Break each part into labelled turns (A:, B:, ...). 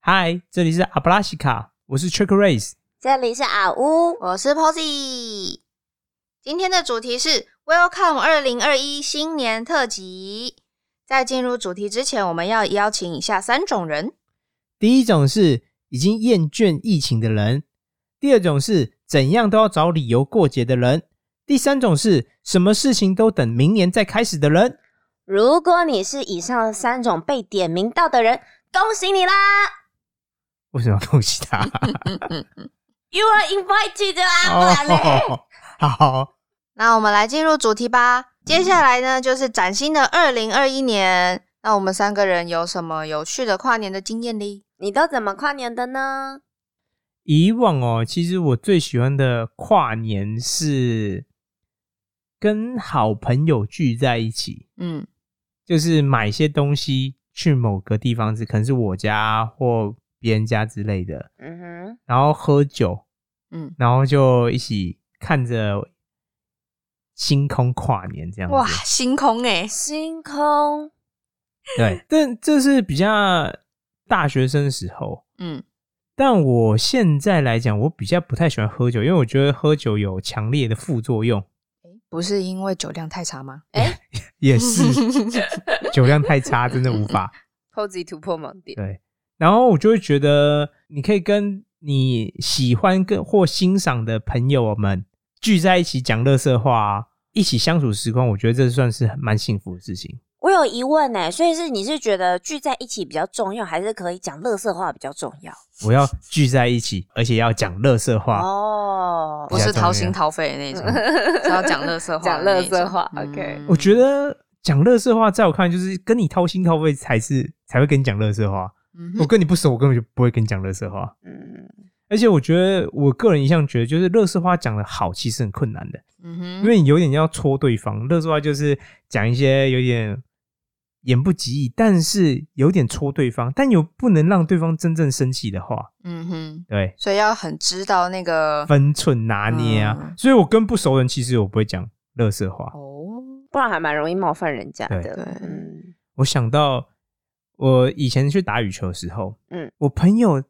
A: 嗨，这里是阿布拉西卡，我是 Trick Race。
B: 这里是阿乌，我是 Posy。今天的主题是 Welcome 二零二一新年特辑。在进入主题之前，我们要邀请以下三种人：
A: 第一种是已经厌倦疫情的人，第二种是怎样都要找理由过节的人，第三种是什么事情都等明年再开始的人。
C: 如果你是以上三种被点名到的人，恭喜你啦
A: 为什么要恭喜他？
C: ！You are invited
A: 哦
C: 啊！不然嘞，
A: 好，
B: 那我们来进入主题吧。接下来呢，就是崭新的二零二一年。那我们三个人有什么有趣的跨年的经验哩？
C: 你都怎么跨年的呢？
A: 以往哦，其实我最喜欢的跨年是跟好朋友聚在一起。
B: 嗯，
A: 就是买些东西去某个地方吃，可能是我家或别人家之类的，
C: 嗯哼，
A: 然后喝酒，
B: 嗯，
A: 然后就一起看着星空跨年这样子。
B: 哇，星空哎、
C: 星空，
A: 对，但这是比较大学生的时候。
B: 嗯，
A: 但我现在来讲，我比较不太喜欢喝酒，因为我觉得喝酒有强烈的副作用，
B: 不是因为酒量太差 吗？
A: 也 是酒量太差，真的无法。
C: ，Posy 突破盲点，
A: 对，然后我就会觉得你可以跟你喜欢跟或欣赏的朋友们聚在一起讲乐色话、啊，一起相处时光，我觉得这算是蛮幸福的事情。
C: 我有疑问呢，所以是你是觉得聚在一起比较重要，还是可以讲乐色话比较重要？
A: 我要聚在一起，而且要讲乐色话。
C: 哦
A: 比
B: 不
A: 较
B: 是
A: 重
B: 掏心
A: 要
B: 掏肺的那种， 是要啊讲乐色话
C: 讲
B: 的那
C: 乐
B: 一种，
C: 色 话，OK
A: 我觉得讲乐色话，在我看来就是跟你掏心掏肺才是才会跟你讲乐色话。
B: 嗯
A: 我
B: 哼
A: 跟你不熟，我根本就不会跟你讲乐色话。
C: 嗯，
A: 而且我觉得，我个人一向觉得，就是乐色话讲的好，其实很困难的。
B: 嗯哼
A: 因为你有点要戳对方。乐说话就是讲一些有点言不及义，但是有点戳对方，但又不能让对方真正生气的话，
B: 嗯哼，
A: 对，
B: 所以要很知道那个
A: 分寸拿捏啊。
B: 嗯
A: 所以我跟不熟人，其实我不会讲乐色话。
B: 哦，
C: 不然还蛮容易冒犯人家
A: 对
C: 的。
B: 对
C: 嗯，
A: 我想到我以前去打羽球的时候，嗯
C: 嗯，
A: 我朋友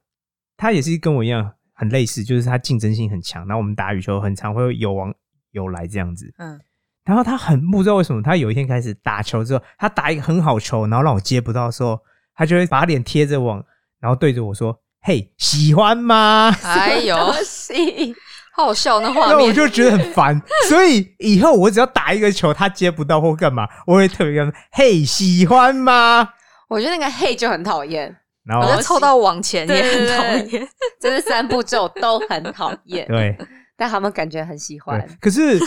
A: 他也是跟我一样很类似，就是他竞争性很强，然后我们打羽球很常会有往有来这样子，
B: 嗯，
A: 然后他很不知道为什么，他有一天开始打球之后，他打一个很好球，然后让我接不到的时候，他就会把脸贴着网，然后对着我说：“嘿，喜欢吗
B: 哎 呦，
C: 是，
B: 好好笑那？”画
A: 那我
B: 面，
A: 就觉得很烦，所以以后我只要打一个球，他接不到或干嘛，我会特别跟他说：“嘿，喜欢吗
C: 我觉得那个嘿就很讨 厌，？”
A: 然
B: 我
A: 后
B: 就凑到网前
C: 对
B: 也很
C: 对
B: 讨
C: 对
B: 厌，
C: 就是三步骤都很讨厌。
A: 对
C: 但他们感觉很喜欢
A: 对，可 是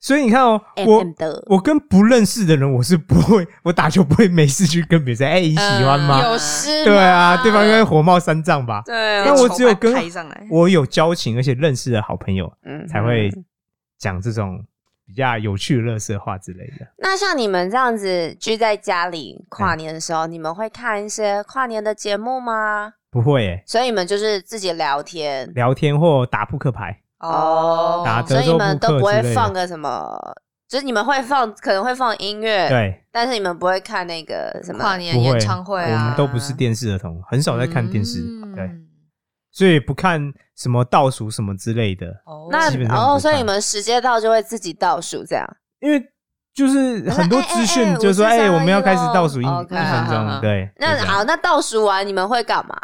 A: 所以你看哦，
B: 哎
C: M
A: 我
C: M 的，
A: 我跟不认识的人，我是不会，我打球不会没事去跟别人说：“哎，你喜欢
B: 啊
A: 吗
B: 有？”
C: 事
A: 对啊，对方应该火冒三丈吧？
C: 对
A: 但我只有跟
B: 崇拜拍上来，
A: 我有交情而且认识的好朋友，
C: 嗯
A: 才会讲这种比较有趣的乐色话之类的。
C: 那像你们这样子聚在家里
A: 嗯
C: 跨年的时候，你们会看一些跨年的节目吗？
A: 不会、欸，
C: 所以你们就是自己聊天
A: 聊天或打扑克牌，
B: 哦，
A: 打
C: 所
A: 德
C: 以你
A: 州
C: 们
A: 扑
C: 都
A: 克
C: 不
A: 之
C: 会
A: 类
C: 放
A: 的。
C: 个什么，就是你们会放，可能会放音乐，，
A: 对，
C: 但是你们不会看那个什么
B: 跨年
A: 不会
B: 演唱会
A: 我
B: 啊，
A: 们都不是电视儿童，很少在看电视，
B: 嗯
A: 对，，所以不看什么倒数什么之类的，
B: 哦，
C: 那
A: 基本上不
C: 哦，
A: 会
C: 所以
A: 看
C: 你们时间到就会自己倒数这样。
A: 因为就是很多资
C: 哎哎
A: 讯
C: 哎
A: 就是说，
C: 53
A: 哎、
C: 而已
A: 我们要开始
C: 咯
A: 倒数一一
C: OK，
A: 分
B: 好好
A: 钟，
B: 好
A: 对，啊
C: 那
A: 就这样
C: 好，，那倒数完你们会干嘛？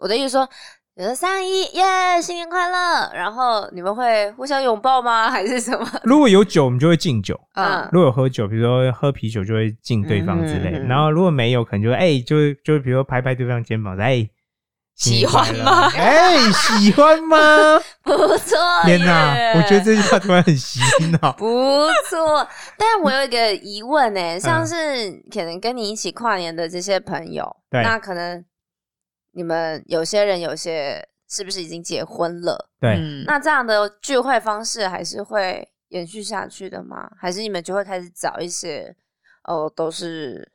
C: 我的意思说，有的三一耶，新年快乐，然后你们会互相拥抱吗？还是什么？
A: 如果有酒，我们就会敬酒。
B: 嗯
C: 嗯，
A: 如果有喝酒，比如说喝啤酒，就会敬对方之类。
C: 嗯嗯嗯
A: 然后如果没有，可能就会哎、就就比如说拍拍对方肩膀，说哎、新年
B: 喜欢
A: 快乐
B: 吗
A: 哎、喜欢 吗？
C: 不错耶，。
A: 天哪，我觉得这句话突然很洗脑
C: 不错。 但我有一个疑问呢、
A: 嗯
C: 像是可能跟你一起跨年的这些朋友，
A: 对
C: 那可能你们有些人有些是不是已经结婚了？
A: 哎对，
B: 嗯
C: 那这样的聚会方式还是会延续下去的吗？还是你们就会开始找一些哦，都是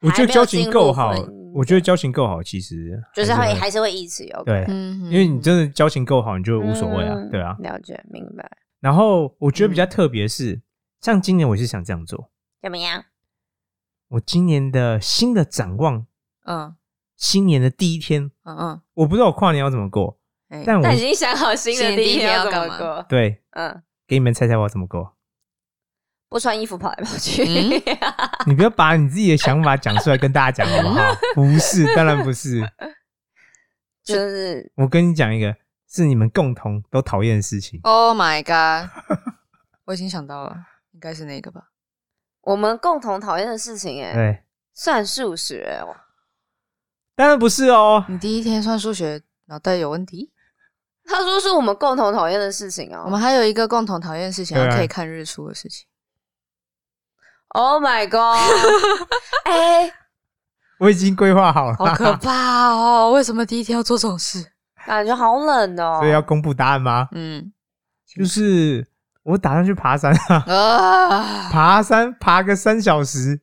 A: 我觉
C: 还
A: 得
C: 没
A: 交
C: 有
A: 情
C: 进
A: 够
C: 入
A: 好
C: 婚姻，
A: 我觉得交情够好，其实
C: 就是
A: 还
C: 会
A: 是
C: 还是会一起有，
A: 对，
B: 嗯
A: 因为你真的交情够好，你就无所谓啊，
C: 嗯
A: 对啊。
C: 了解明白，
A: 然后我觉得比较特别是，像今年我是想这样做，
C: 怎么样？
A: 我今年的新的展望
B: 嗯
A: 新年的第一天，
B: 嗯嗯，
A: 我不知道我跨年要怎么过，
B: 哎
A: 但我
C: 但已经想好新的第一天要怎么
B: 新的第一天要
C: 过，
A: 对，
C: 嗯，
A: 给你们猜猜我要怎么 过。
C: 不穿衣服跑来跑去，
B: 嗯
A: 你不要把你自己的想法讲出来跟大家讲好不 好？不是，当然不是。
C: 就是
A: 我跟你讲一个，是你们共同都讨厌的事情。
B: ，Oh my god，我已经想到了，应该是那个吧。
C: 我们共同讨厌的事情，哎，
A: 对，
C: 算数学哎，哇
A: 当然不是哦。
B: 你第一天算数学脑袋有问题？
C: 他说是我们共同讨厌的事情哦。
B: 我们还有一个共同讨厌的事情，
A: 对啊
B: 可以看日出的事情。
C: Oh my god！哎、
A: 我已经规划好了，
B: 好可怕哦！ 为什么第一天要做这种事？
C: 感觉好冷哦。
A: 所以要公布答案吗？
B: 嗯
A: 就是我打算去爬山啊，
B: 啊，
A: 爬山爬个三小时，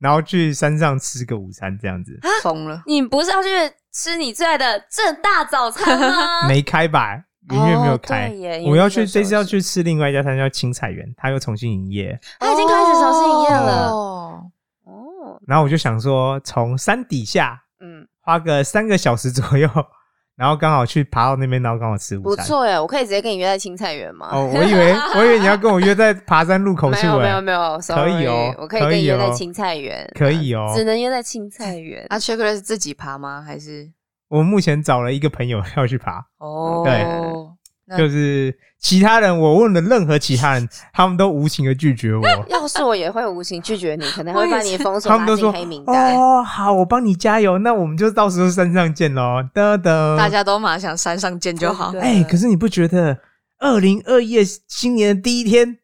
A: 然后去山上吃个午餐，这样子
B: 啊疯了！
C: 你不是要去吃你最爱的正大早餐 吗？
A: 没开吧？营业没有
C: 啊哦
A: 开
C: 对耶，
A: 我要去
C: 营业没有
A: 这次要
C: 休息
A: 去吃另外一家餐叫青菜园，它又重新营业。
C: 他已经开始尝试营业了。
B: 哦，
C: 哦，
A: 然后我就想说，从山底下
C: 嗯，
A: 花个三个小时左右， 然后刚好去爬到那边，然后刚好吃午
C: 不
A: 餐。
C: 错哎，我可以直接跟你约在青菜园吗？
A: 哦，我以 为我以为你要跟我约在爬山路口
C: 没
A: 处
C: 有没有
A: 哎，
C: 没有，sorry，
A: 可以哦
C: 我可以跟你
A: 可以哦
C: 约在青菜园，
A: 可以哦
C: 只能约在青菜园。
B: 那 chocolate 是啊自己爬吗？还是
A: 我目前找了一个朋友要去爬，
B: 哦？
C: 嗯
A: 对
B: 那
A: 就是其他人我问了任何其他人，他们都无情的拒绝 我。
C: 要是我也会无情拒绝你，可能
B: 我
C: 会
B: 也
C: 把你
B: 是
C: 封锁
A: 他们
C: 拉
A: 都
C: 进
A: 说
C: 黑名单。
A: 哦，好，我帮你加油，那我们就到时候山上见喽，噔噔。
B: 大家都马上山上见就好
C: 对。
A: 哎、可是你不觉得二零二一新年的第一天，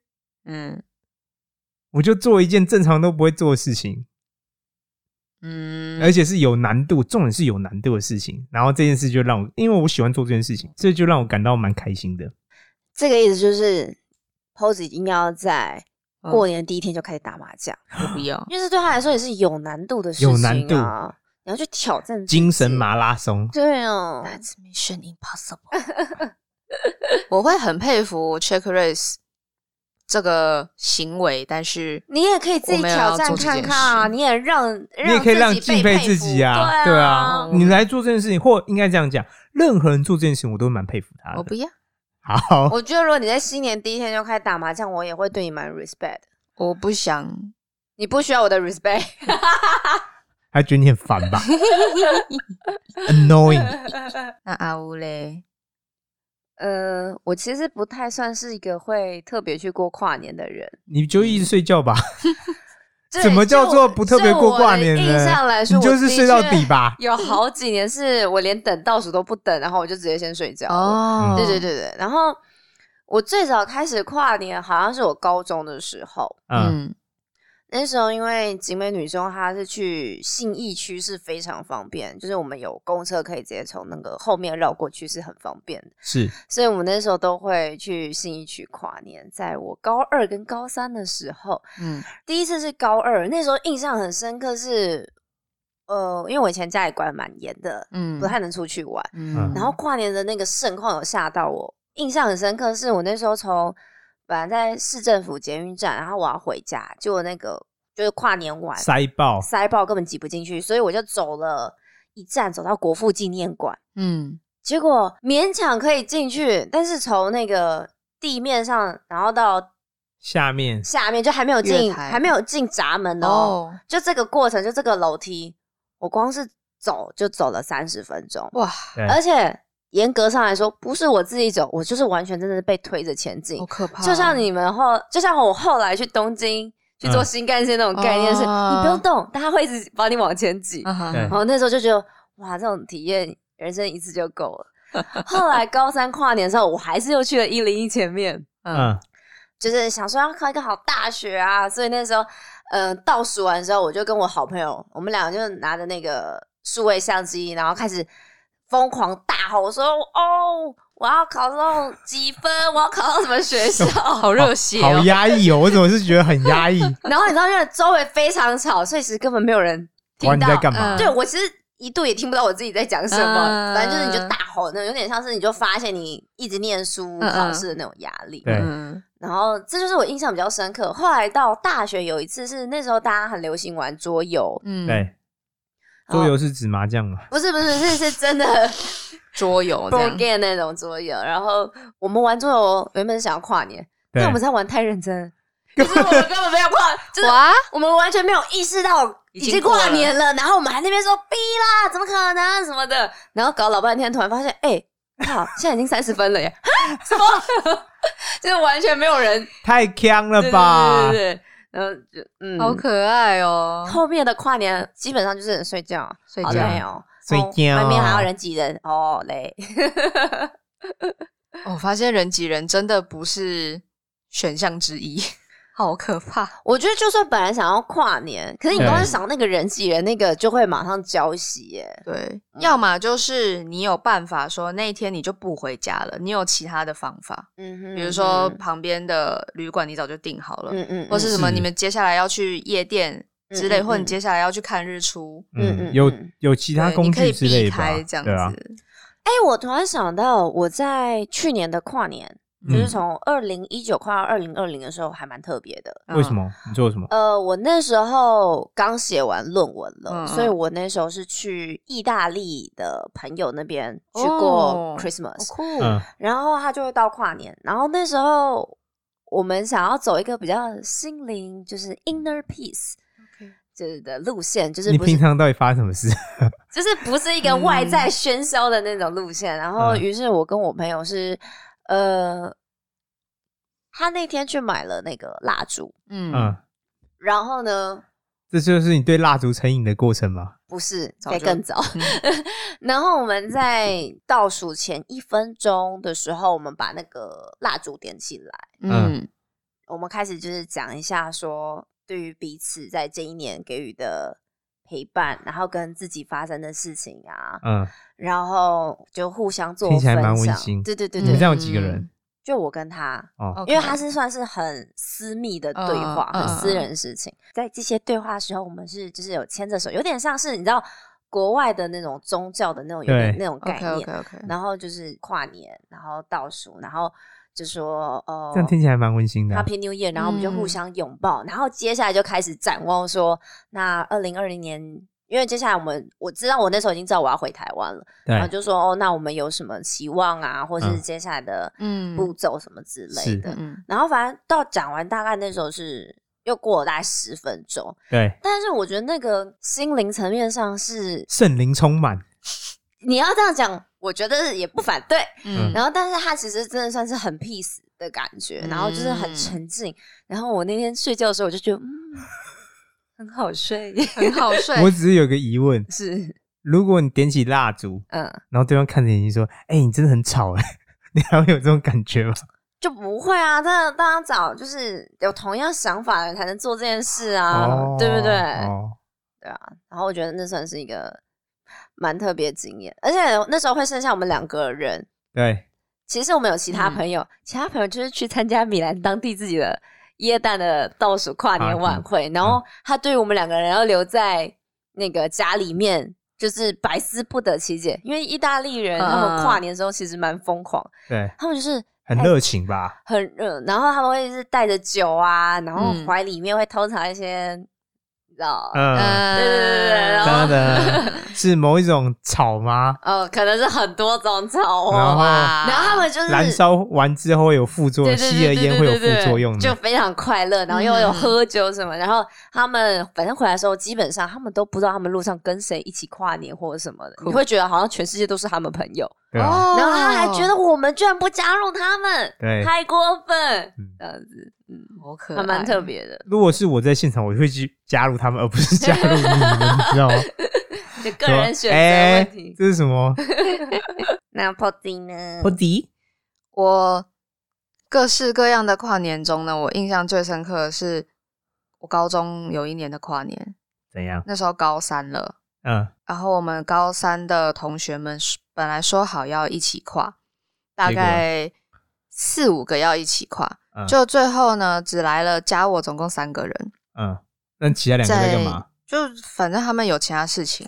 B: 嗯
A: 我就做一件正常都不会做的事情，
B: 嗯，
A: 而且是有难度，重点是有难度的事情。然后这件事就让我，因为我喜欢做这件事情，这就让我感到蛮开心的。
C: 这个意思就是，Pose 一定要在
B: 嗯
C: 过年第一天就开始打麻将，
B: 我不要。
C: 因为这对他来说也是有难度的事情、啊，
A: 有难度
C: 你要去挑战自己
A: 精神。马拉松，
C: 对哦，
B: That's mission impossible 。 我会很佩服 Check Race 这个行为，但是
C: 你也可以自己
B: 我没有要
C: 挑战
B: 做这件
C: 看看啊，
B: 事
C: 你也让，
A: 你也可以让敬佩
C: 佩
A: 自己啊，
C: 对
A: 对啊，
B: 嗯
A: 你来做这件事情，或应该这样讲，任何人做这件事情，我都蛮佩服他
B: 我
A: 的。
B: 不要，
A: 好，
C: 我觉得如果你在新年第一天就开始打麻将，我也会对你蛮 respect 的。
B: 我不想。
C: 你不需要我的 respect，
A: 还觉得你很烦吧？Annoying，
B: 那阿乌嘞，
C: 呃，我其实不太算是一个会特别去过跨年的人。
A: 你就一直睡觉吧。
C: 对
A: 怎么叫做
C: 就
A: 不特别过跨年
C: 就
A: 呢？
C: 我的印象来说，
A: 你就
C: 我
A: 是
C: 的
A: 睡到
C: 确
A: 底吧。
C: 有好几年是我连等倒数都不等，然后我就直接先睡觉。哦，
B: 哦，
C: 对对，对对，然后我最早开始跨年好像是我高中的时候，
A: 嗯，
B: 嗯
C: 那时候因为景美女中它是去信义区是非常方便，就是我们有公车可以直接从那个后面绕过去是很方便的，
A: 是
C: 所以我们那时候都会去信义区跨年。在我高二跟高三的时候，
B: 嗯
C: 第一次是高二，那时候印象很深刻是，呃，因为我以前家里管蛮严的，
B: 嗯，
C: 不太能出去玩。
A: 嗯
C: 然后跨年的那个盛况有吓到我，印象很深刻。是我那时候从本来在市政府捷运站，然后我要回家，结果那个就是跨年晚
A: 塞爆，
C: 塞爆，根本挤不进去，所以我就走了一站，走到国父纪念馆，
B: 嗯
C: 结果勉强可以进去，但是从那个地面上，然后到
A: 下面
C: 下面就还没有进，
B: 月台
C: 还没有进闸门哦
B: 哦
C: 就这个过程，就这个楼梯，我光是走就走了三十分钟，
B: 哇，
A: 对
C: 而且严格上来说，不是我自己走，我就是完全真的是被推着前进
B: 好。可怕哦！
C: 就像你们后，就像我后来去东京去坐
A: 嗯
C: 新干线那种概念是，
B: 啊
C: 你不用动，但它会一直把你往前挤。
B: 啊哈，
A: 对
C: 然后那时候就觉得，哇，这种体验人生一次就够了。后来高三跨年的时候，我还是又去了一零一前面，
A: 嗯，
C: 就是想说要考一个好大学啊，所以那时候，呃，倒数完之后，我就跟我好朋友，我们俩就拿着那个数位相机，然后开始疯狂大吼说：“哦，我要考到几分？我要考到什么学校
B: 好热血
A: 好
B: 哦！
A: 压抑哦，我怎么是觉得很 压抑？？”
C: 然后你知道，因为周围非常吵，所以其实根本没有人听
A: 哇，你
C: 到。
A: 在干嘛
B: 嗯？
C: 对我其实一度也听不到我自己在讲什么，
B: 嗯
C: 反正就是你就大吼，那种有点像是你就发现你一直念书
B: 嗯嗯
C: 考试的那种压力。
A: 对
B: 嗯
C: 然后这就是我印象比较深刻。后来到大学有一次是那时候大家很流行玩桌游，
B: 嗯，
A: 对，桌游是指麻将嘛？
C: 不是不是是是真 的
B: 桌游
C: b
B: 这
C: o
B: 样
C: a，game 那种桌游。然后我们玩桌游原本是想要跨年，但我们在玩太认 真了，可是我们根本没有跨，就是
B: 哇，
C: 我们完全没有意识到
B: 已
C: 已
B: 经
C: 经
B: 过
C: 跨
B: 了
C: 年了，然后我们还在那边说逼啦，怎么可能什么的，然后搞老半天，突然发现，哎、靠，现在已经三十分了耶， 哈什么？ 就是完全没有人，
A: 太强了
C: 对
A: 吧
C: 对？对对对，然后就嗯，
B: 好可爱哦！
C: 后面的跨年基本上就是睡觉，睡
A: 好
C: 觉
A: 累
C: 哦，
A: 睡
C: 哦
A: 觉
C: 外面还要人挤人，哦嘞，
B: 我发现人挤人真的不是选项之一， 好可怕。
C: 我觉得就算本来想要跨年，可是你
A: 对
C: 光是想那个人挤人，那个就会马上交集耶。
B: 对，
C: 嗯
B: 要么就是你有办法说那一天你就不回家了，你有其他的方法，
C: 嗯哼
B: 比如说旁边的旅馆你早就订好了，
C: 嗯嗯，
B: 或是什么
A: 是
B: 你们接下来要去夜店之类，
C: 嗯嗯
B: 或者你
C: 嗯
B: 接下来要去看日出，
C: 嗯嗯
A: 有
C: 嗯
A: 有其
B: 对
A: 他工
B: 你可
A: 具
B: 以
A: 之类
B: 避
A: 的吧
B: 开这样
A: 对啊，
B: 子。
C: 哎、我突然想到，我在去年的跨年，
A: 嗯
C: 就是从二零一九跨到二零二零的时候，还蛮特别的。
A: 为什么？你做了什么？
C: 呃，我那时候刚写完论文了，
B: 嗯嗯
C: 所以我那时候是去意大利的朋友那边去
B: 哦
C: 过 Christmas，、
B: 酷
A: 嗯，
C: 然后他就会到跨年，然后那时候我们想要走一个比较心灵，就是 inner peace 就是的路线，就是
A: 你
C: 不是
A: 平常到底发生什么事？
C: 就是不是一个
B: 嗯
C: 外在喧嚣的那种路线。然
A: 嗯
C: 后，于是我跟我朋友是，呃，他那天去买了那个蜡烛，
B: 嗯
A: 嗯，，
C: 然后呢，
A: 这就是你对蜡烛成瘾的过程吗？
C: 不是
B: 早
C: 在
B: 就嗯
C: 更早， 然后我们在倒数前一分钟的时候，我们把那个蜡烛点起来，
B: 嗯
C: 我们开始就是讲一下说，对于彼此在这一年给予的陪伴，然后跟自己发生的事情啊，
A: 嗯，
C: 然后就互相做
A: 听
C: 分
A: 起来
C: 享，
A: 蛮温馨
C: 对对对嗯
A: 你们
C: 对
A: 这，样有几个人？
C: 就我跟他，
B: 嗯
A: 哦，
C: 因为他是算是很私密的对话，
B: 嗯嗯
C: 很私人的事情。在这些对话的时候，我们是就是有牵着手，有点像是你知道国外的那种宗教的那种有点
A: 对
C: 那种概
B: OK
C: 念。
B: OK OK，
C: 然后就是跨年，然后倒数，然后就说哦
A: 这样听起来蛮温馨的啊。
C: Happy New Year，然后我们就互
B: 嗯
C: 相拥抱，然后接下来就开始展望说，那二零二零年，因为接下来我们我知道我那时候已经知道我要回台湾了，然后
A: 对，
C: 就说哦，那我们有什么期望啊，或是
A: 嗯
C: 接下来的
B: 嗯
C: 步骤什么之类
A: 是
C: 的。
B: 嗯
C: 然后反正到讲完，大概那时候是又过了大概十分钟，
A: 对，
C: 但是我觉得那个心灵层面上是
A: 圣灵充满，
C: 你要这样讲，我觉得也不反对。
A: 嗯
C: 然后，但是它其实真的算是很 peace 的感觉，然后就是很
B: 嗯
C: 沉静。然后我那天睡觉的时候，我就觉得嗯，很好睡，
B: 很好睡，
A: 我只是有个疑问：
C: 是
A: 如果你点起蜡烛，
C: 嗯，
A: 然后对方看着眼睛说：“哎，你真的很吵。”哎， 你还会有这种感觉吗？
C: 就不会啊。但大家找就是有同样想法的人才能做这件事啊，
A: 哦
C: 对不对？
A: 哦，
C: 对啊。然后我觉得那算是一个蛮特别的经验，而且那时候会剩下我们两个人。
A: 对，
C: 其实我们有其他
B: 嗯
C: 朋友，其他朋友就是去参加米兰当地自己的耶诞的倒数跨年晚会，然
A: 嗯
C: 后他对于我们两个人要留在那个家里面，就是百思不得其解，因为意大利人
B: 嗯
C: 他们跨年的时候其实蛮疯狂，
A: 对，
C: 他们就是
A: 很热情吧？
C: 很热，然后他们会是带着酒啊，然后
B: 嗯
C: 怀里面会偷藏一些，你知道。
A: 嗯，
B: 嗯
C: 对对对对然后
A: 当 然是某一种草吗？
C: 呃，可能是很多种草
A: 然
C: 哦，
A: 后
B: 哇
C: 然后他们就是
A: 燃烧完之后会有副作
C: 嗯对
A: 用，
C: 对对
A: 吸了烟会有副作用
C: 就
A: 的。
C: 非常快乐，然后又
B: 嗯
C: 有喝酒什么，然后他们反正回来的时候，基本上他们都不知道他们路上跟谁一起跨年或者什么的，
B: Cool
C: 你会觉得好像全世界都是他们朋友，
A: 对啊，
B: 哦
C: 然后他还觉得我们居然不加入他们，
A: 对。
C: 太过分
A: 嗯，
C: 这样子，嗯，
B: 好可
C: 还蛮特别的，
A: 如果是我在现场，我会去加入他们，而不是加 入你们，你知道吗？
C: 就个人选
A: 说哎
C: 择问题。
A: 这是什么？
C: 那 Poddy 呢？
A: 迪
B: 我各式各样的跨年中呢，我印象最深刻的是我高中有一年的跨年，
A: 怎样？
B: 那时候高三了，
A: 嗯，
B: 然后我们高三的同学们是本来说好要一起跨，大
A: 结果
B: 概四五个要一起跨，
A: 嗯
B: 就最后呢只来了加我总共三个人，
A: 嗯，那其他两个在干嘛？
B: 就反正他们有其他事情，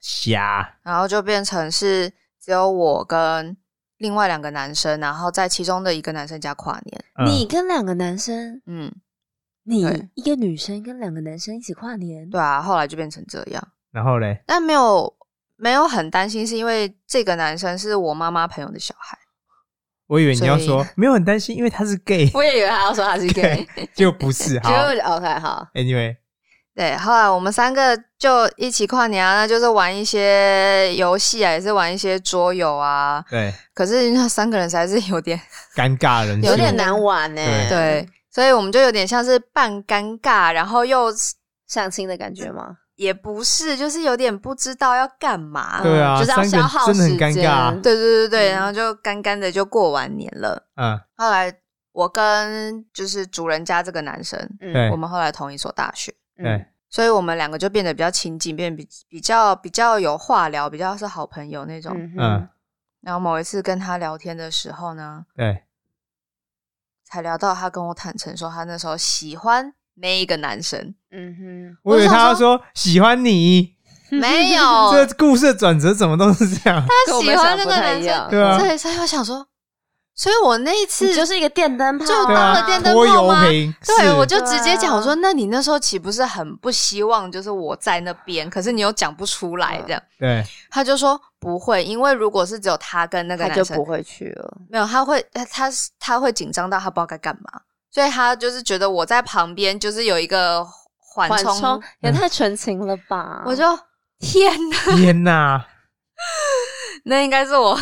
A: 瞎
B: 然后就变成是只有我跟另外两个男生，然后在其中的一个男生家跨年，
A: 嗯
C: 你跟两个男生，
B: 嗯。
C: 你
B: 对
C: 一个女生跟两个男生一起跨年，
B: 对啊，后来就变成这样。
A: 然后嘞，
B: 但没有没有很担心，是因为这个男生是我妈妈朋友的小孩，
A: 我以为你要
B: 所
A: 说没有很担心，因为他是 gay，
C: 我也以为他要说他是 gay，
A: 就不是。好
C: 结果 OK 好，
A: ，Anyway，
B: 对，后来我们三个就一起跨年啊，那就是玩一些游戏啊，也是玩一些桌游啊。
A: 对，
B: 可是那三个人实在是有点
A: 尴尬人数
C: 有点难玩呢、欸
A: 对
C: 嗯
B: 对，所以我们就有点像是半尴尬，然后又
C: 相亲的感觉吗？
B: 也不是，就是有点不知道要干嘛。
A: 对啊，
C: 就是要
A: 三个
C: 消
A: 人
C: 耗
A: 真的很
C: 时
A: 尴尬
C: 间
A: 啊。
B: 对对对
C: 嗯
B: 对，然后就干干的就过完年了。
A: 嗯，
B: 后来我跟就是主人家这个男生，
C: 嗯
A: 对
B: 我们后来同一所大学，
A: 对，
B: 所以我们两个就变得比较亲近，变得比比较比较有话聊，比较是好朋友那种。
C: 嗯
A: 嗯
C: 嗯，
B: 然后某一次跟他聊天的时候呢，
A: 对，
B: 才聊到他跟我坦诚说，他那时候喜欢那一个男 生，
C: 嗯
A: 我以为
B: 我想
A: 他要
B: 说哦
A: 说喜欢你，
B: 没有，
A: 这故事的转折怎么都是这样。
B: 他喜欢那个男生，
A: 对啊
B: 对，所以我想说，所以我那一次
C: 是就是一个电灯泡啊，
B: 就
A: 对
B: 当
A: 啊，
B: 了电灯
A: 拖
B: 泡
A: 油
B: 吗
A: 瓶，
B: 对，
A: 是
B: 我就直接
C: 对
B: 讲，
C: 啊
B: 我说，那你那时候岂不是很不希望，就是我在那边，可是你又讲不出来
A: 嗯
B: 这样？
A: 对
B: 他就说不会，因为如果是只有他跟那个
C: 他
B: 男
C: 就
B: 生，
C: 不会去了。
B: 没有，他会，他他他会紧张到他不知道该干嘛，所以他就是觉得我在旁边，就是有一个缓
C: 缓
B: 冲，
C: 冲 也太纯情了 吧！
A: 嗯
B: 我就天哪，
A: 天 哪，
B: 那应该是我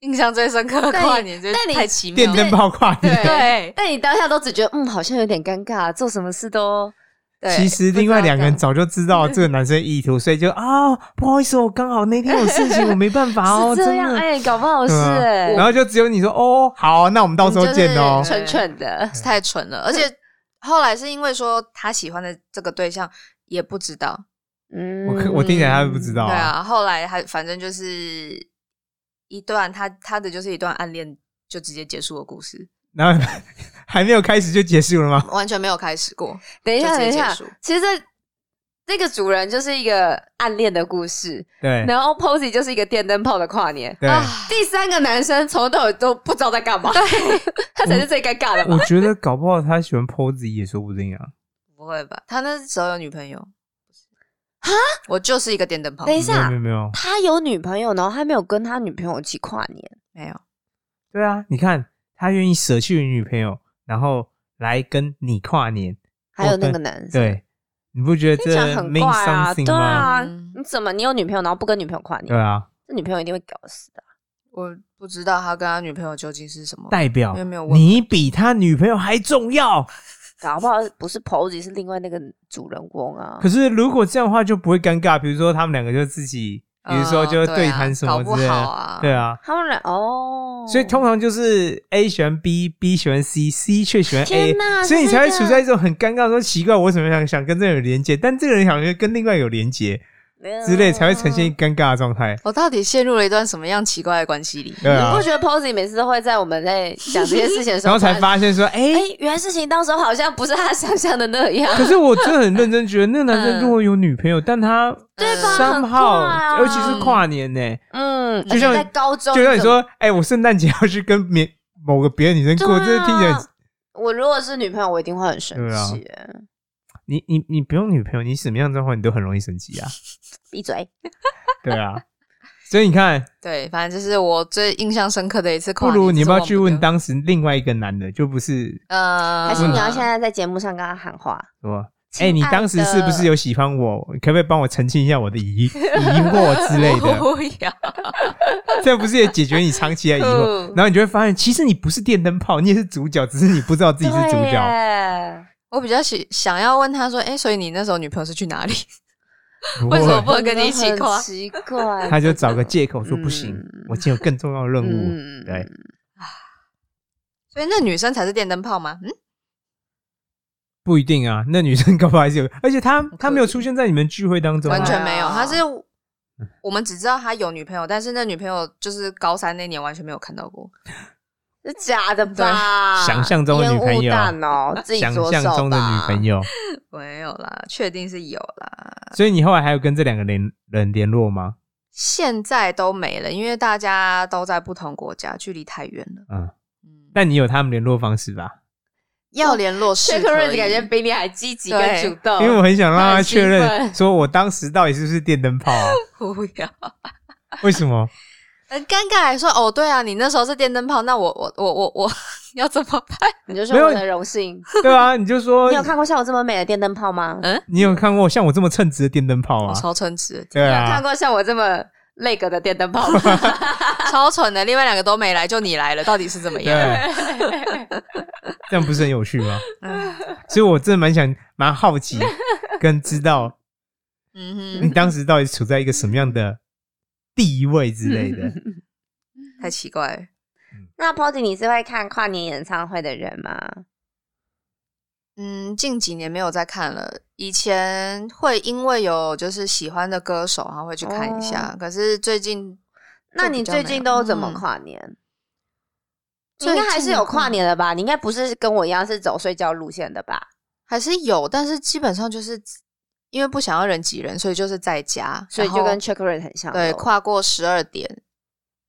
B: 印象最深刻的
C: 但
B: 跨
C: 你
B: 年，就是
C: 但你
B: 太奇
A: 电
B: 妙了，
A: 灯泡跨年。
B: 对
C: 但你当下都只觉得嗯，好像有点尴尬，做什么事都
B: 对，
A: 其实另外两个人早就知道这个男生的意图，所以就啊，不好意思，我刚好那天有事 情，我没办法 哦，
C: 是这
A: 真
C: 样
A: 的。
C: 哎、搞不好是
A: 对啊
C: 哎、
A: 然后就只有你说哦，好，那我们到时候见哦
B: 就。是
C: 蠢蠢的，
B: 太蠢了，
A: 嗯
B: 而且后来是因为说他喜欢的这个对象也不知道，
C: 嗯
A: 我可我听起来他不知道
B: 对，啊，后来还反正就是一段他他的就是一段暗恋就直接结束的故
C: 啊
B: 事，
A: 然后还没有开始就结束了吗？
B: 完全没有开始过。
C: 等一
B: 就
C: 下，
B: 直
C: 等
B: 接
C: 一下
B: 结束，
C: 其实这这个主人就是一个暗恋的故事，
A: 对
C: 然后 Posy 就是一个电灯泡的跨年。
A: 对，
B: 啊
C: 第三个男生从头到尾都不知道在干嘛， 他才是最尴 尬的吧
A: 我？觉得搞不好他喜欢 pose 也说不定啊。
B: 不会吧？他那时候有女朋友？我就是一个电灯泡，
C: 等一
A: 没有
C: 下
A: 没有没有，
C: 他有女朋友，然后他没有跟他女朋友一起跨年，
B: 没有，
A: 对啊，你看他愿意舍弃女朋友，然后来跟你跨年，
C: 还有那个男生，
A: 哦对，你不觉得
C: 听起来
A: 这
C: 很
A: mean
C: 怪啊，
A: something
C: 对
A: 吗？
C: 啊
B: 嗯，
C: 你怎么你有女朋友然后不跟女朋友跨
A: 对
C: 年？
A: 啊，
C: 这女朋友一定会搞死的。
B: 我不知道他跟他女朋友究竟是什么。
A: 代表
B: 因为没有问
A: 你比他女朋友还重要。
C: 搞不好不是 Posy 是另外那个主人公啊
A: 可。是如果这样的话就不会尴尬，比如说他们两个就自己，比如说
B: 嗯
A: 就
B: 对啊
A: 谈什么
B: 搞不
A: 之类
B: 好
A: 的，
B: 啊
A: 对啊。
C: 他们俩哦，
A: 所以通常就是 A 喜欢 B，B 喜欢 C，C 却喜欢
C: 天
A: A，
C: 哪
A: 所以你
C: 是这
A: 才
C: 个
A: 会处在一种很尴尬，说奇怪，我为什么想想跟这个人有连接，但这个人想跟另外有连接之类，才会呈现尴尬的状态。
B: 我到底陷入了一段什么样奇怪的关系里？
A: 对
C: 嗯你
A: 啊
C: 不，觉得 Posy 每次都会在我们在讲这些事情的 时
A: 然后
C: 候，
A: 才
C: 突
A: 发现说，哎、
C: 然，哎、原来事情到时候好像不是他想象的那样。
A: 可是我真的很认真觉得，那个男生
B: 嗯
A: 如果有女朋友，但他
B: 对
C: 吧
A: 三号、
C: 很怪啊
A: 尤其是跨年呢、
C: 嗯，
A: 就像
C: 而且在高中，
A: 就像你，说，哎、我圣诞节要去跟别某个别的女生过，
C: 对啊
A: 这听起来很，啊
C: 我如果是女朋友，我一定会很生气。
A: 你你你不用女朋友，你什么样的状况你都很容易生 气啊，
C: 闭嘴！
A: 对啊。所以你 看，
B: 对，反正就是我最印象深刻的一次跨
A: 不
B: 年。
A: 如你要不要
B: 这
A: 去
B: 是忘不
A: 问
B: 掉？
A: 当时另外一个男的，就不是
B: 呃，
C: 还是你要现在在节目上跟他喊话？
A: 什么？
C: 亲
A: 哎、
C: 爱的
A: 你当时是不是有喜欢我？可不可以帮我澄清一下我的疑疑惑之类 的？
B: 不要。
A: 这不是也解决你长期的疑惑？
C: 嗯
A: 然后你就会发现，其实你不是电灯泡，你也是主角，只是你不知道自己是主
C: 对啊
A: 角。
C: 耶
B: 我比较想想要问他说，哎、所以你那时候女朋友是去 哪里？
A: 不
B: 为什么
A: 会，
B: 不能跟你一起
C: 我
B: 跨
C: 很？奇怪，
A: 他就找个借口说
C: 嗯
A: 不行，我今天有更重要的任务。
C: 嗯
A: 对，
B: 所以那女生才是电灯泡吗？嗯，
A: 不一定啊，那女生搞不好还是有，而且她她
B: 可
A: 没有
B: 怜
A: 出现在你们聚会当中、啊，
B: 完全没有，
C: 对啊啊
B: 她是。我们只知道她有女朋友，但是那女朋友就是高三那年完全没有看到过。
C: 是假的吧？
A: 想象中的女朋友
C: 烟雾弹哦，自己
A: 想
C: 左
A: 象
C: 手
A: 中的女
C: 吧
A: 朋。友。
B: 没有啦，确定是有啦，
A: 所以你后来还有跟这两个人人联络吗？
B: 现在都没了，因为大家都在不同国家，距离太远了。
A: 嗯，
B: 嗯，
A: 但你有他们联络方式吧？
B: 要联络 是
C: 确
B: 可
C: 认
B: 以
C: 感觉比你还积极跟
B: 对
C: 主动，
A: 因为我很想让他确
C: 他哦很兴
A: 认，
C: 奋
A: 说我当时到底是不是电灯泡 啊？
C: 不要。
A: 为什么？
B: 很尴尬，还说哦，对啊，你那时候是电灯泡，那我我我我我 要怎么办？
C: 你就
A: 没
C: 说
A: 有
C: 我的荣幸。
A: 对啊，你就说
C: 你有看过像我这么美的电灯泡吗？
A: 你有看过像我这么称职的电灯泡
B: 我
A: 吗？
B: 超称职，
A: 对
C: 哦你有看
A: 啊，
C: 过像我这么那个的电灯泡吗？
B: 超蠢的，另外两个都没来，就你来了，到底是怎么
A: 对啊
B: 样？，
A: 这样不是很有趣吗？
C: 嗯
A: 所以我真的蛮想、蛮好奇，跟知道
B: 嗯
A: 你当时到底处在一个什么样的地位之类 的。
B: 哼，太奇怪了。
C: 那 Pody，你是会看跨年演唱会的人吗？
B: 嗯，近几年没有再看了。以前会因为有就是喜欢的歌手，然后会去看一下。可是最近就比较没
C: 哦那
B: 有，
C: 你最近都怎么
B: 嗯？
C: 跨年？你
B: 最
C: 应
B: 近
C: 该还是有跨
B: 的话，
C: 年的吧？你应该不是跟我一样是走睡觉路线的吧？
B: 还是有，但是基本上就是因为不想要人挤人，所以就是在家，
C: 所以
B: 然
C: 就跟
B: 后
C: Check r a t 很像咯。
B: 对跨过十二点，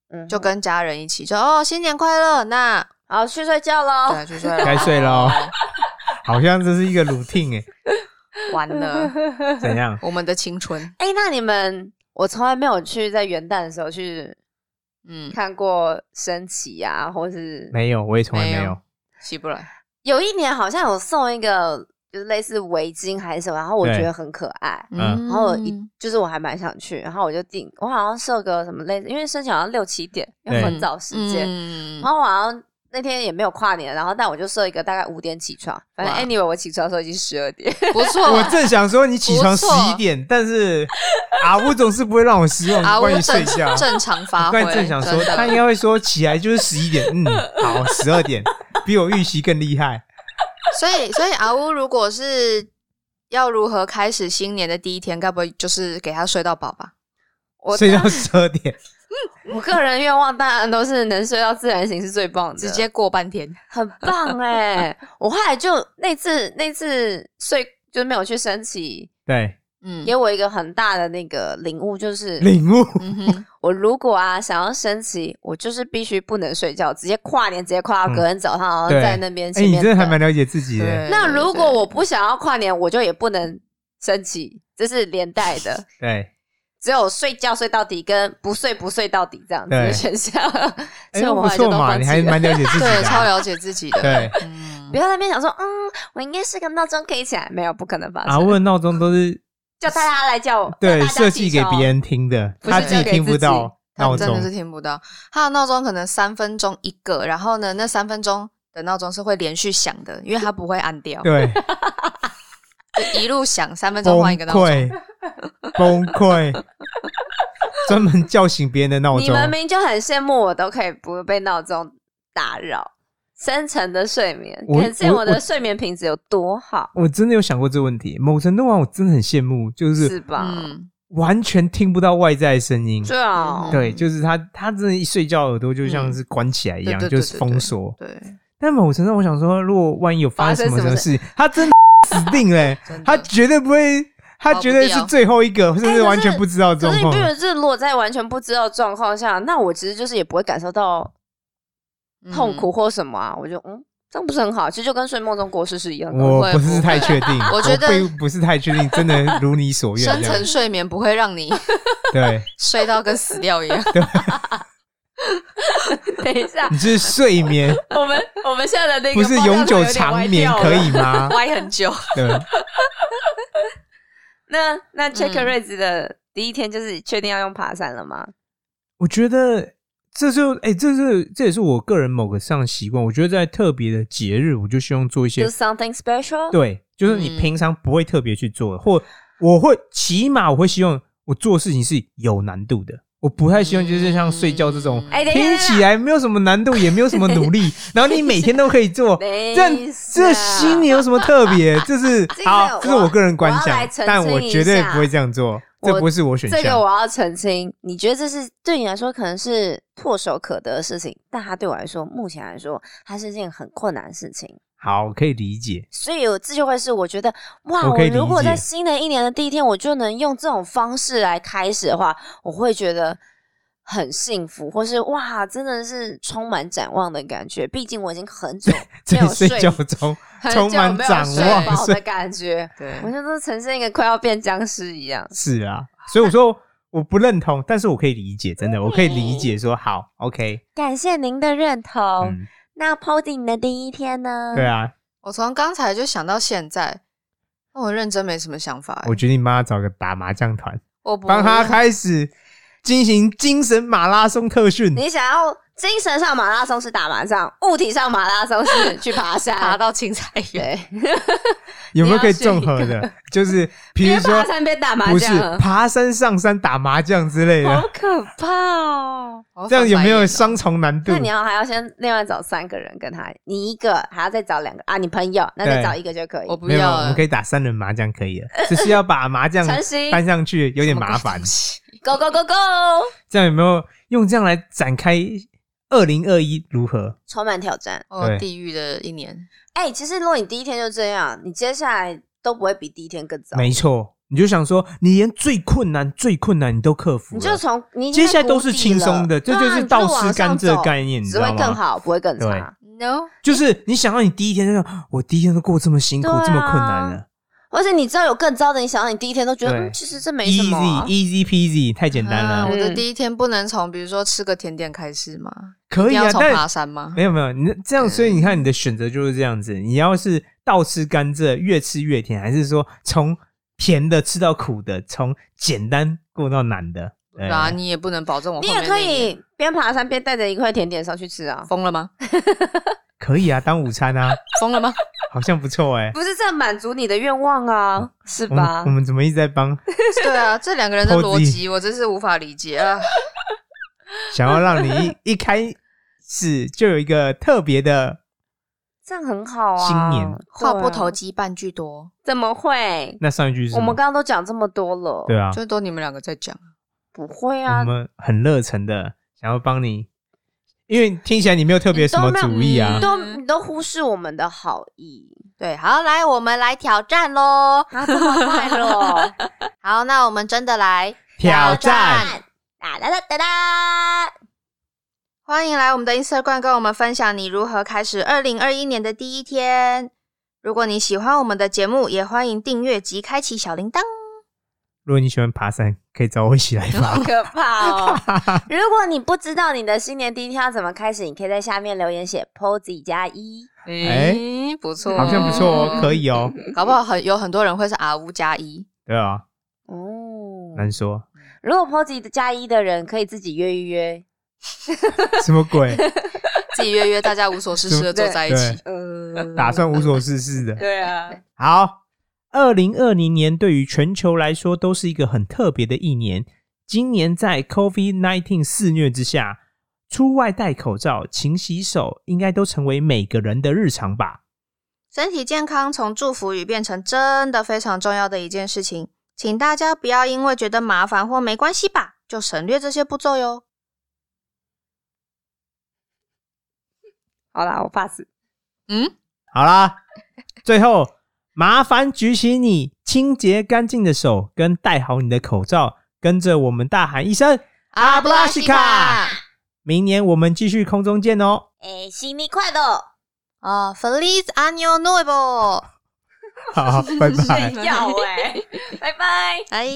C: 嗯
B: 就跟家人一起就哦新年快乐，那
C: 好去睡觉喽
B: 对，，就说
A: 该睡喽，好像这是一个 routine 哎、
B: 完了
A: 怎样？
B: 我们的青春，
C: 哎、那你们，我从来没有去在元旦的时候去
B: 嗯，
C: 看过升旗啊，或是
A: 没有，我也从来没
B: 没
A: 有
B: 有。起不来，
C: 有一年好像有送一个就是类似围巾还是什么，然后我
A: 对
C: 觉得很可爱。
A: 嗯
C: 然后我一就是我还蛮想去，然后我就订，我好像设个什么类似，因为升旗好像六七点，要
A: 对
C: 很早时间，
B: 嗯
C: 然后我好像那天也没有跨年，然后但我就设一个大概五点起床，反正
B: 哇
C: anyway 我起床的时候已经十二 点，
B: 不错，
A: 我正想说你起床
B: 不
A: 十
B: 错
A: 一点，但是阿乌总是不会让我失望。
B: 啊，我
A: 关于睡
B: 正
A: 觉，
B: 正常发
A: 我
B: 挥
A: 刚，才正想说，
B: 真的
A: 他应该会说起来就是十一点，嗯，好，十二点，比我预期更厉害。
B: 所以，所以阿乌如果是要如何开始新年的第一天，该不会就是给他睡到饱吧？
C: 我
A: 睡到十二点，
C: 我个人愿望当然都是能睡到自然醒是最棒的，
B: 直接过半天，
C: 很棒哎、 我后来就那次那次睡就是没有去升旗，
A: 对，
B: 嗯
C: 给我一个很大的那个领悟，就是
A: 领悟，
B: 嗯哼，
C: 我如果啊想要升旗，我就是必须不能睡觉，直接跨年，直接跨到隔天早上，然后
A: 嗯对
C: 在那边
A: 哎，
C: 前
A: 你
C: 面
A: 真
C: 等。
A: 的还蛮了解自己的，
B: 对
C: 那如果
B: 对
C: 我不想要跨年，我就也不能升旗，这是连 带的。
A: 对。
C: 只有睡觉睡到底跟不睡不睡到底这样子
A: 对
C: 的选项，
A: 哎，
C: 所以我
A: 不
C: 后来就
A: 错
C: 都
A: 嘛，
C: 放
A: 你还
C: 弃了。
A: 蛮了解自己
B: 对，
A: 的
B: 超
A: 啊。
B: 了解自己的，
A: 对，
B: 嗯
C: 不，要在那边想说，嗯，我应该是个闹钟可以起来，没有，不可能发
A: 阿
C: 生。
A: 乌的闹钟都是
C: 叫大家来叫我，
A: 啊对
C: 叫大家
A: 设计
C: 起
A: 给
C: 床
A: 别，人听的，
C: 不是
A: 他自己
C: 叫给
A: 听不
C: 自己
A: 到
B: 他
A: 闹
B: 们真的是
A: 钟。
B: 听不到，他的闹钟可能三分钟一个，然后呢，那三分钟的闹钟是会连续响的，因为他不会按掉，
A: 对，
B: 就 一路响，三分
A: 崩
B: 钟换一个闹钟，
A: 溃，崩溃， 专门叫醒别人的闹
C: 你
A: 钟。
C: 们明明就很羡慕我，都可以不被闹钟打扰，深层的睡眠，
A: 我
C: 可见
A: 我
C: 我的
A: 我
C: 睡眠品质有多好，
A: 我真的有想过这个问题，某程度上我真的很羡慕，就是
C: 是吧？
B: 嗯，
A: 完全听不到外在的声音。
C: 对啊，
B: 嗯
A: 对，就是他，他真的，一睡觉耳朵就像是关起来一样，
B: 对对对
A: 就是封锁。
B: 对，
A: 但某程度上，我想说，如果万一有发生什么
C: 发生什么
A: 事，他真的死定了欸、
B: 真的
A: 他绝对不会，他绝对是最后一个，甚
C: 哎可
A: 至
C: 是
A: 完全不知 道
C: 可
A: 状
C: 是你
A: 况
C: 不。觉得这落在完全不知道的状况下，那我其实就是也不会感受到
B: 嗯
C: 痛苦或什么啊？我就嗯，这样不是很好？其实就跟睡梦中国事是一样的。
A: 我
B: 会
A: 不是太确定，
B: 我觉得
A: 并不是太确定，真的如你所愿
B: 深
A: 这样
B: 层。睡眠不会让你
A: 对，
B: 睡到跟死掉一样。
C: 等一下
A: 你，是睡眠，
C: 我们我们现在 的那
A: 不
C: 个
A: 是
C: 爆料
A: 永
C: 头
A: 久
C: 有点
A: 长
C: 歪
A: 眠
C: 掉了
A: 可以？吗？
B: 歪 很久。
A: 对，
C: 那那 Check
B: 嗯
C: Raise 的第一天就是确定要用爬山了吗？
A: 我觉得这就哎、这是这也是我个人某个上的习惯。我觉得在特别的节日，我就希望做一
C: 就
A: 些
C: 是 something special？
A: 对，就是你
B: 嗯
A: 平常不会特别去做的，或我会起码我会希望我做事情是有难度的。我不太希望就是像睡觉这种，
C: 哎等一下
A: 听起来没有什么难度，也没有什么努 力，然后你每天都可以做，
C: 等一
A: 这
C: 下
A: 样这心里有什么特别？这是
C: 这个
A: 好，这是我个人观
C: 我要
A: 想
C: 来澄，
A: 但我
C: 清一
A: 绝对
C: 下
A: 不会这样做，这
C: 我
A: 不是我选
C: 这个
A: 项。
C: 我要澄清，你觉得这是对你来说可能是唾手可得的事情，但它对我来说，目前来说，它是件很困难的事情。
A: 好，可以理解。
C: 所以有这就会是我觉得，哇，
A: 我
C: 我
A: 可以理
C: 如果
A: 解
C: 在新的一年的第一天，我就能用这种方式来开始的话，我会觉得很幸福，或是哇，真的是充满展望的感觉。毕竟我已经很久
A: 在
C: 没有
A: 睡
C: 睡
A: 觉中
C: 很
A: 充
C: 久
A: 满
C: 没有
A: 展
C: 睡
A: 望
C: 饱
A: 是
C: 的感 觉，
B: 对
C: 我觉得都呈现一个快要变僵尸一样。
A: 是啊，所以我说我不认同，但是我可以理解，
C: 嗯
A: 真的，我可以理解说好，OK，
C: 感谢您的认同。
A: 嗯，
C: 那 Poding 的第一天呢？
A: 对，啊，
B: 我从刚才就想到现在，那我认真没什么想法欸、
A: 我决定帮他找个打麻将团，
B: 我不
A: 帮他开始进行精神马拉松特训。
C: 你想要精神上马拉松是打麻将，物体上马拉松是去爬山。
B: 爬到青菜
A: 哎
B: 园，
C: 对，
A: 有没有可以
B: 你要选
A: 综
B: 一个
A: 合的？就是比如
C: 边
A: 说
C: 爬，山边打麻
A: 不是
C: 将，
A: 爬山上山打麻将之 类
C: 好
A: 的，
C: 可怕哦。
B: 好
A: 这样有没
B: 反白眼
A: 有
B: 哦
A: 双重难度
C: 那？你要还要先另外找三个人跟他，你一个还要再找两个啊，你朋友那再
A: 对
C: 找一个就可以
B: 我。不
A: 没有，
B: 要
C: 啊
A: 我
B: 了，
A: 们可以打三人麻将，可以了。只是要把麻 将
C: 诚心
A: 搬上去有点麻
B: 什么鬼
A: 烦
B: 东。西
C: Go go go go，
A: 这样有没有用这样来展开二零二一如何？
C: 充满挑战。
B: 哦
A: 对，
B: 地狱的一年，
C: 哎、其实如果你第一天就这样，你接下来都不会比第一天更糟。
A: 没错，你就想说，你连最困难、最困难你都克服
C: 你
A: 了，
C: 就从你已经
A: 接下来
C: 在谷
A: 都是
C: 底
A: 轻
C: 了啊
A: 松的，这
C: 对啊
A: 就是
C: 你
A: 倒
C: 往
A: 吃
C: 上
A: 甘蔗的
C: 走
A: 概念，你知
C: 只会
A: 道
C: 更
A: 吗？
C: 好，不会更
A: 对
C: 差。
B: No，
A: 就是你想到你第一天就说，我第一天都过这么辛苦，
C: 对啊
A: 这么困难了
C: 而且你知道有更糟的，你想到你第一天都觉得，
A: 对
C: 嗯，其实这没什么啊、
A: ，easy easy peasy，太简单
B: 啊
A: 了
B: 我，的
C: 嗯
B: 第一天不能从比如说吃个甜点开始吗？
A: 可
B: 一
A: 以
B: 定要
A: 啊，
B: 从爬
A: 但
B: 山吗？
A: 没有没有，你这样，
B: 嗯
A: 所以你看你的选择就是这样子，你要是倒吃甘蔗，越吃越甜，还是说从甜的吃到苦的，从简单过到难的？哎对
B: 然后啊你也不能保证我后
C: 你
B: 面
C: 也可
B: 那一年
C: 以边爬山边带着一块甜点上去吃啊，
B: 疯了吗？
A: 可以啊，当午餐 啊，
B: 疯了吗？
A: 好像不错哎、
C: 不是这满足你的愿望
A: 嗯
C: 啊，是
A: 我们
C: 吧
A: 我？们怎么一直在帮
B: 对啊，这两个人的
A: Posy
B: 逻辑我真是无法理解啊！
A: 想要让你一一开始就有一个特别的，
C: 这样很好啊。
A: 新年
B: 话不
C: 对啊
B: 投机半句多，
C: 怎么会？
A: 那上一句是什
C: 我
A: 么
C: 们刚刚都讲这么多了，
A: 对啊，
B: 就都你们两个在讲，
C: 不会
A: 我
C: 啊，
A: 们很热忱的想要帮你，因为听起来你没有特别什么主意啊
C: 你都
B: 嗯
C: 你都忽视我们的好意，
B: 对，好，来，我们来挑战喽！
C: 啊，这么快 乐，
B: 好，那我们真的来，
A: 挑战。
C: 哒哒哒哒哒，
B: 欢迎来我们的 Instagram 跟我们分享你如何开始二零二一年的第一天。如果你喜欢我们的节目，也欢迎订阅及开启小铃铛。
A: 如果你喜欢爬山，可以找我一起来爬
C: 好。可 怕哦！如果你不知道你的新年第一天要怎么开始，你可以在下面留言写 “posy 加一
A: 哎
B: 诶，不错
A: 好像不错哦，可
B: 以，
A: 以哦，
B: 搞不好很有很多人会是啊呜加一，
A: 对啊，”。
C: 哦，
A: 难说，
C: 如果 posy 加一的人可以自己约一约，
A: 什么鬼？
B: 自己约约，大家无所事事的坐在一
A: 对
B: 起，。
C: 呃，
A: 打算无所事事的。
C: 对啊，
A: 好，二零二零年对于全球来说都是一个很特别的一年。今年在 COVID-19 肆虐之下，出外戴口罩、勤洗手，应该都成为每个人的日常吧？
B: 身体健康从祝福语变成真的非常重要的一件事情，请大家不要因为觉得麻烦或没关系吧，就省略这些步骤哟。
C: 好啦，我 pass。
B: 嗯，
A: 好啦，最后麻烦举起你清洁干净的手，跟戴好你的口罩，跟着我们大喊一声阿布拉西卡！明年我们继续空中见哦。
C: 哎，新年快乐！
B: 啊，Feliz Año 哦 Nuevo！
A: 好，拜拜。
C: 欸 要哎，拜拜。
B: 哎。